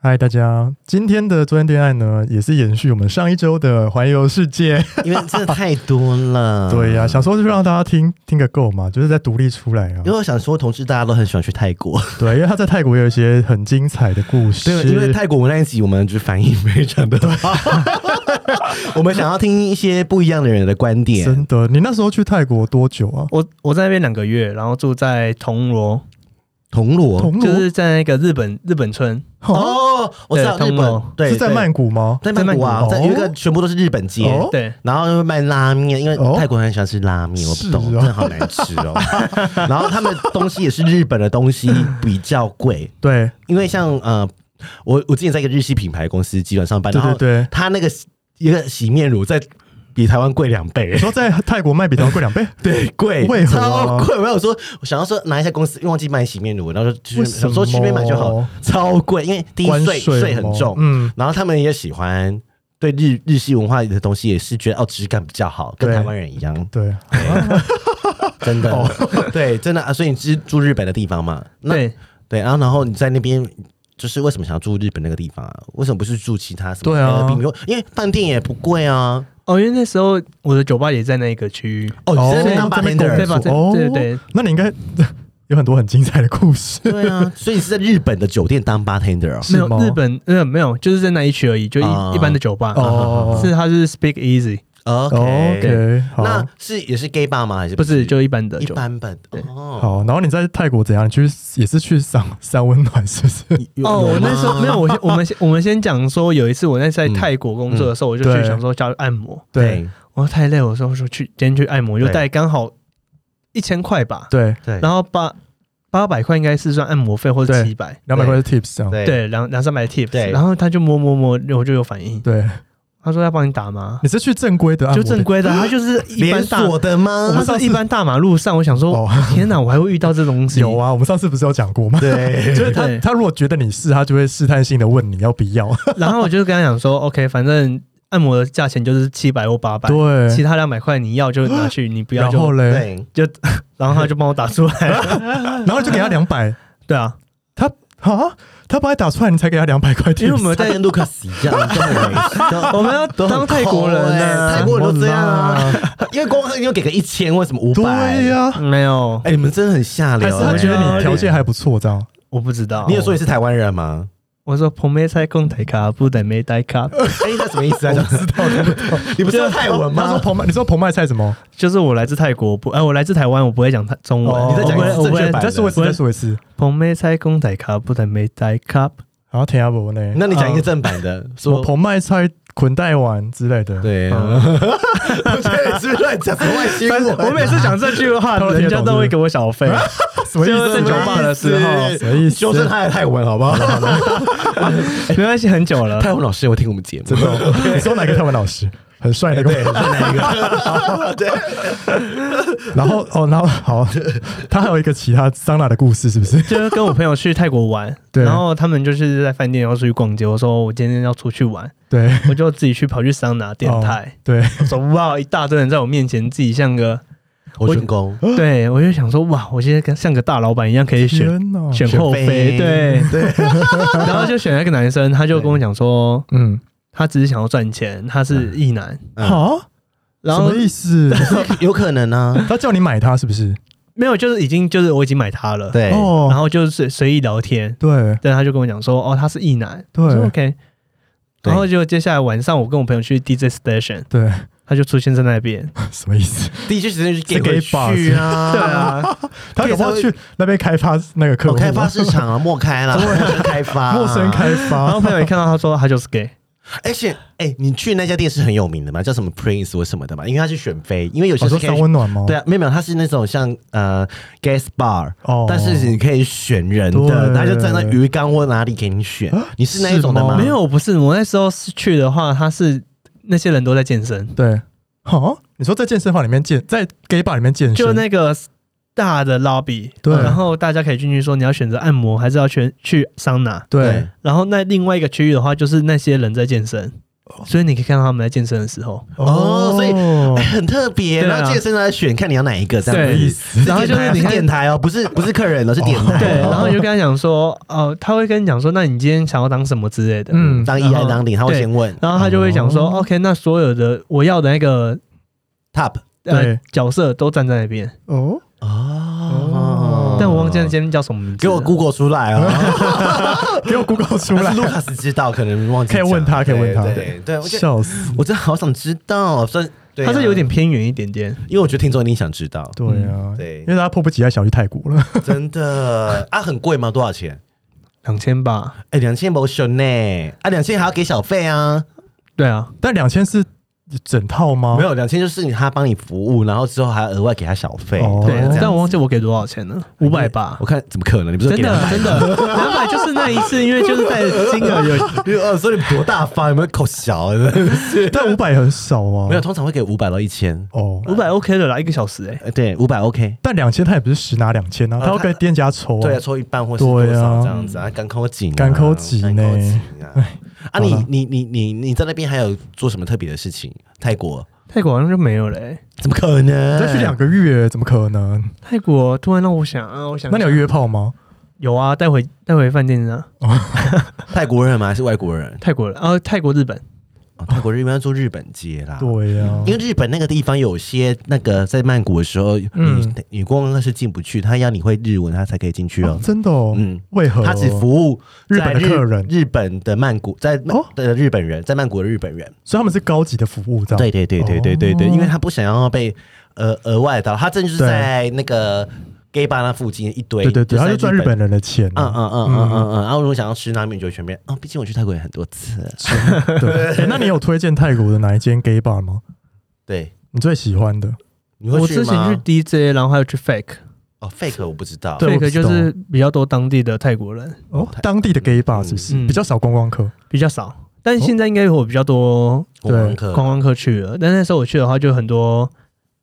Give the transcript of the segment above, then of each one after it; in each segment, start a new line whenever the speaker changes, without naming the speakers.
嗨，大家，今天的昨天恋爱呢，也是延续我们上一周的环游世界。
因为真的太多 了。
对呀、想说就让大家听听个够嘛，就是在独立出来啊
因。为我想说，同志大家都很喜欢去泰国，
对，因为他在泰国也有一些很精彩的故事。
对，因为泰国那一集我们就反应非常 的好，我们想要听一些不一样的人的观点。
真的，你那时候去泰国多久啊？
我我在那边两个月，然后住在铜锣，
铜锣
铜
就
锣、
是在那个日本日本村，
哦
哦，我知道
对
日
铜
本
锣
对
是在
对
曼谷吗？
在曼谷啊，
在曼
在
谷
有一个全部都是日本街。
哦
对，
然后又卖拉面，因为
哦
泰国人很喜欢吃拉面，我不懂，
是哦
真的好难吃 哦。然后他们东西也是日本的东西，比较贵，
对
因为像呃，我我之前在一个日系品牌公司集团上班，
嗯对对
然后
对，
他那个一个洗面乳在比台湾贵两倍
你。说在泰国卖比台湾贵两倍，
对，贵，
为何啊
超贵？我有说，我想要说拿一下公司，因为忘记买洗面乳，然后就去
为什
想说去那边买就好
么，
超贵，因为第一
关
税
税
税很
吗
重，
嗯，
然后他们也喜欢对日日系文化的东西也是觉得哦质感比较好，跟
对
台湾人一 样，
对，
真的， 对，真的啊。所以你是住日本的地方嘛？那
对，
对，啊然后然后你在那边。就是为什么想要住日本那个地方啊？为什么不是住其他什么
对啊
Airbnb 或？因为饭店也不贵啊。
哦，因为那时候我的酒吧也在那个区域，
哦，你在那边当
这边
bartender
对吧
工作，
对对
哦
对，
那你应该 有很多很精彩的故事，
对啊，所以你是在日本的酒店当 bartender 哦。
是
没有
吗
日本，呃，没有，就是在那一区而已，就一、
啊
一般的酒吧，啊
哦
是它是 Speak Easy，
OK，
OK，好，
那是也是 gay bar 吗？还是
不是
就
就一般的
一
酒吧，
般本？
对
哦，
好，然后你在泰国怎样？你去也是去赏 三温暖，是不是？
哦，我那时候没有，
有吗
我先我们先我们先讲说，有一次我那在
嗯
泰国工作的时候，我就
对
去想说加入按摩，
对
我太累，我说我说去今天去按摩，我就
对
带刚好一千块吧，
对，
对，
然后八八百块应该是算按摩费或者
对
七百，
两百块是 tips 这样，
对
对，两两三百的 tips，
对
然后他就摸摸摸，我就有反应。
对，
他说要帮你打吗？
你是去正规的按
就
摩
正
店，
规的，他就是一般
连
大，
锁的
我
吗？
们是一般大马路上，我想说，
哦，
天哪，我还会遇到这种东西？
有，啊，我们上次不是有讲过吗？
对
就是他
对
他如果觉得你是，他就会试探性的问你要不要，
然后我就跟他讲说，OK，反正按摩的价钱就是七百或八百，
对，
其他两百块你要就拿去，你不要
然
就
后，嘞，
对，
然后他就帮我打出来。
然后就给他两百，
对啊，
啊，他把你打出来，你才给他两百块 tips，
因为我们
在
在
跟卢卡斯一样，都很
我们要
都很
当泰国人
抠欸泰
呢，
国人都这样 啊，因为光你又给个一千，为什么五百？
对呀、
没有，
哎，你们真的很下流
还
欸。
是他觉得你条件还不错，这样
我不知道。
你有说你是台湾人吗？
我说蓬梅菜贡台卡，不得没带卡，
哎，那什么意思啊？我知道，你不是说泰文
他说
吗？
彭麦，你说彭麦菜什么？
就是我来自泰国，不，哎，我来自台湾，我不会讲泰中文。
哦
你在讲一
我不
次
会我
正
不
确
会
版
再
的
说一次，再说一次。
蓬梅菜公仔卡不能没带卡，
然后听下伯呢，
那你讲一个正版的，
什么
说
彭麦菜捆带碗之类 的。
对啊， 我觉得你是不是乱讲什么外星
但是
文？
我每次讲这句话
他都，听
人
得懂
家都会给我小费。
什么意
就是
思？
在酒吧的时候
什么意思
纠正他的泰文好不好？
没关系，很久了。
泰文老师有听我们节目，
真的哦，你说哪个泰文老师？很帅那个。
对，
然后哦，然后好，他还有一个其他桑娜的故事，是不是？
就是跟我朋友去泰国玩，
对
然后他们就是在饭店然后出去逛街。我说我今天要出去玩，
对，哦
我就自己去跑去桑拿电台。
对，
我说哇，一大堆人在我面前，自己像个，
我成功。
对我就想说哇，我现在跟像个大老板一样可以选
天哪！
选后妃，
选妃
对，
对，
然后就选了一个男生，他就跟我讲说，
嗯，
他只是想要赚钱，他是异男，
嗯
好，
然
什
后
么意 思？
有可能啊，
他叫你买它是不是？
没有，就是已经就是我已经买他了，，
对，
哦，
然后就是随随意聊天，
对
但他就跟我讲说，哦，他是异男，
对
我说 OK，
对
然后就接下来晚上我跟我朋友去 DJ station，
对，
他就出现在那边，
什么意思？
第一句时间就
是
是
gay
回
bar
去 啊，
对，啊，
他有没有去那边开发那个客
我
户啊？
哦开发市场啊，陌 开啦，陌生开发，啊
陌生。开
然后
发，哦
朋友一看到他说他就是 gay，
而且，哎，你去那家店是很有名的嘛，叫什么 Prince 或什么的嘛，因为他是选妃，因为有些
我
是
说
可
三
以。
温暖吗？
对啊，没有没有，他是那种像呃 gas bar，
哦
但是你可以选人的，
对
他就站在鱼缸或哪里给你 选。你是那一种的
是
吗？
吗
没有，我不是，我那时候是去的话，他是那些人都在健身，
对，好，你说在健身房里面健，在 gay bar 里面健身，
就那个大的 lobby，
对
然后大家可以进去说你要选择按摩还是要选去桑拿，
对，
然后那另外一个区域的话就是那些人在健身，
哦
所以你可以看到他们在健身的时候，
哦所以哎
以
很特别。
对啊
然后健身来选，看你要哪一个这样
对
子
意。
是
思
然后
电台
就是你
是
看
电台哦，不是不是客人哦，是电 台。
对，然后你就
哦
跟他讲说，哦、他会跟你讲说，那你今天想要当什么之类的，
嗯
当一还是当零，他会
对
先问
然后他就会讲说、
哦
o k 那所有的我要的那个
top
呃
对
角色都站在那边，
哦，
哦
但我忘记那今天叫什么名字
给
了，
我 Google 出来哦，
给我 Google 出
但
来
是，卢卡斯知道，可能忘记
可以
讲
问他可以
对
问他
对对，我觉得
笑死，
我真的好想知道，算对啊
他是有，点偏远一点点，
因为我觉得听众一定想知道，
对啊，
嗯对
因为大家迫不及待想去泰国了，
真的啊，很贵吗？多少钱？
两千吧，
哎，两千不熊呢，啊，两千还要给小费啊？
对啊，
但两千是整套吗？
没有，两千就是你他帮你服务，然后之后还要额外给他小费，
哦
通
对
常是这样，
但我忘记我给多少钱了，五百吧
我。看怎么可能？你不是说
真
给
的啊真的，两百就是那一次，因为就是在金 额有。
的？呃，所以你多大方？有没有口小？
但五百很少啊，
没有，通常会给五百到一千。
哦
五百 OK 的啦，一个小时哎、
呃，对，五百 OK。
但两千他也不是十拿两千啊，
呃
他要跟店家抽
对啊，
啊。
抽一半或是多
对啊
少这样子啊，干抠紧啊，
干抠紧
干
呢
抠紧啊！啊，
好
你
了
你你你你在那边还有做什么特别的事情？泰国
泰国好像就没有嘞、欸。
怎么可能？
再去两个月怎么可能？
泰国突然让我想啊，我想
那你有约炮吗？
有啊，带回带回饭店啊，
泰国人吗？还是外国人？
泰国人啊，泰国日本
哦泰国人一般做日本街啦。
对呀
因，为日本那个地方有些那个在曼谷的时候，
嗯
你你观光是进不去，他要你会日文，他才可以进去
哦
哦。
真的哦，
嗯，
为何？
他只服务
日本的
在
客人
日本的曼谷，在曼
哦
的日本人，在曼谷的日本人。
所以他们是高级的服务，这样
对对对对对对对，
哦
因为他不想要被呃额外的，他真的就是
对
在那个 gay bar 那附近一堆，
对对对，
就
他
是
就
在
赚日本。人的钱
嗯
啊。
嗯嗯嗯嗯嗯，然后如果想要吃拉面，就全面啊，毕竟我去泰国也很多次。嗯
对，哎诶那你有推荐泰国的哪一间 gay bar 吗？
对，
你最喜欢的？
你
我
会去
之前去
吗？
DJ，然后还有去 Fake，Fake
哦，fake 我不知道。
对我不知道
就是比较多当地的泰国人，
哦，当地的 gay bar 是不是
嗯
比较少观光客？
比较少，
哦
但现在应该有比较多
观光客
观光客去了。但那时候我去的话，就很多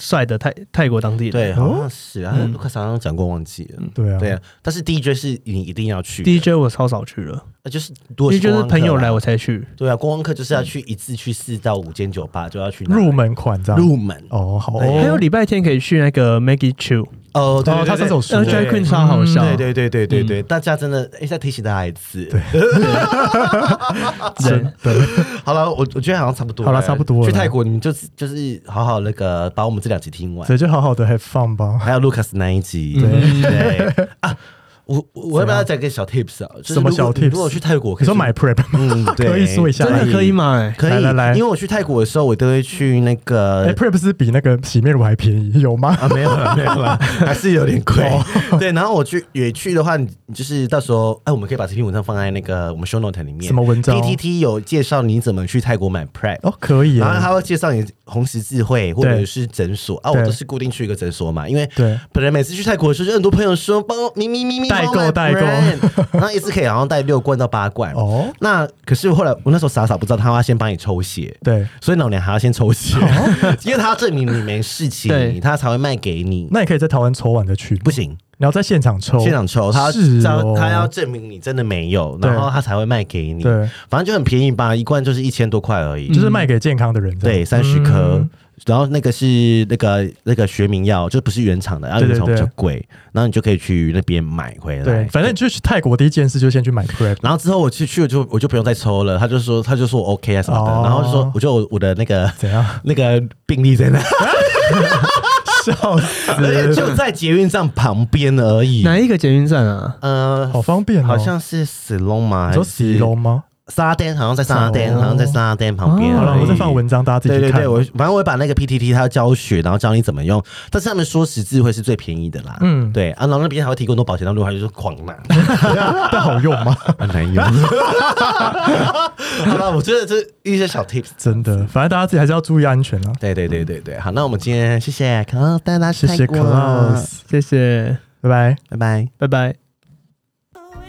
帅的泰泰国当地人。
对，好像是啊，
嗯
卢克常常讲过，忘记了。
对啊，
对啊，但是 DJ 是你一定要去的
DJ 我超少去了，
呃就是如果
因为就是
观光客
朋友来
啦
我才去。
对啊，观光客就是要去一次去四到五间酒吧，就要去那里
入门款这样。
入门
哦，好
对
哦
还有礼拜天可以去那个 Maggie Chu，
哦，对
哦，
对
他上
对对
手书嗯
呃
对
，Drag Queen 超好笑，
对对对对对对，
嗯
大家真的哎，再提醒大家一次。对，
真
人
的。
好了，我我觉得好像差不多。
好了差不多了
去泰国，你们就是就是好好那个把我们这两集听完
所，以就好好的 have fun 吧。
还有 Lucas 那一集。
对
对啊，我我我要不要再给小 tips 啊？就是
什么
如果
小 tips？
如果去泰国，
你说买 prep 吗？
嗯，对，
可以说一下
真
吗
的可以买，
可以
来来来
因为我去泰国的时候，我都会去那
哎
个。
，prep 是比那个洗面乳还便宜，有哦吗？
啊，没有 了，没有了，还是有点贵。 对，然后我去也去的话，你你就是到时候，哎，我们可以把这篇文章放在那个我们 show note 里面。
什么文章
t t t 有介绍你怎么去泰国买 prep，
哦，可以耶。
然后他会介绍你红十字会或者
对
是诊所啊，
对
我都是固定去一个诊所嘛，因为
对
本来每次去泰国的时候，就很多朋友说帮我咪咪咪咪
代购
帮我买
代购
brand 然后一次可以好像带六罐到八罐。
哦，
那可是后来我那时候傻傻不知道他要先帮你抽血，
对，
所以老娘还要先抽血，
哦
因为他要证明你没事情，
对
他才会卖给你。
那你可以在台湾抽完再去吗，
不行，
你要在现场抽，
现场抽，他
哦是
他
哦
他要证明你真的没有，
对
然后他才会卖给你。
对，
反正就很便宜吧，一罐就是一千多块而已。
就是卖给健康的人这样。
对，三十颗
嗯。
然后那个是那个那个学名药，就不是原厂的，然后
对
原
对
厂比较
对
贵，然后你就可以去那边买回来。
对，反正你就去泰国第一件事就先去买 prep。
然后之后我去去了就我就不用再抽了，他就说他就说我 OK 啊什么的，
哦
然后就说我就我的那个
怎样？
那个病历在那，
笑死！
而且就在捷运站旁边而已。
哪一个捷运站啊？
呃，
好方便哦，
好像是死龙吗？
你
还
说
是
洗龙吗？
沙甸，好像在沙甸，
哦
好像在沙甸旁边而已。
嗯
好了，我再放文章，大家自己
对
去
对
看。
对，我反正我会把那个 PTT 它要教学，然后教你怎么用。但是他们说十字会是最便宜的啦。
嗯
嗯，对啊，然后那边还会提供很多保险套，如果他就是狂 拿，
但好用 吗？
很难用。好了，我觉得这一些小 tips。
真的，反正大家自己还是要注意安全啊。
对对对对对，好，那我们今天谢谢可乐带大家去
谢
泰
谢
国啊
Klaus，
谢谢，
拜拜。
拜拜。
拜拜。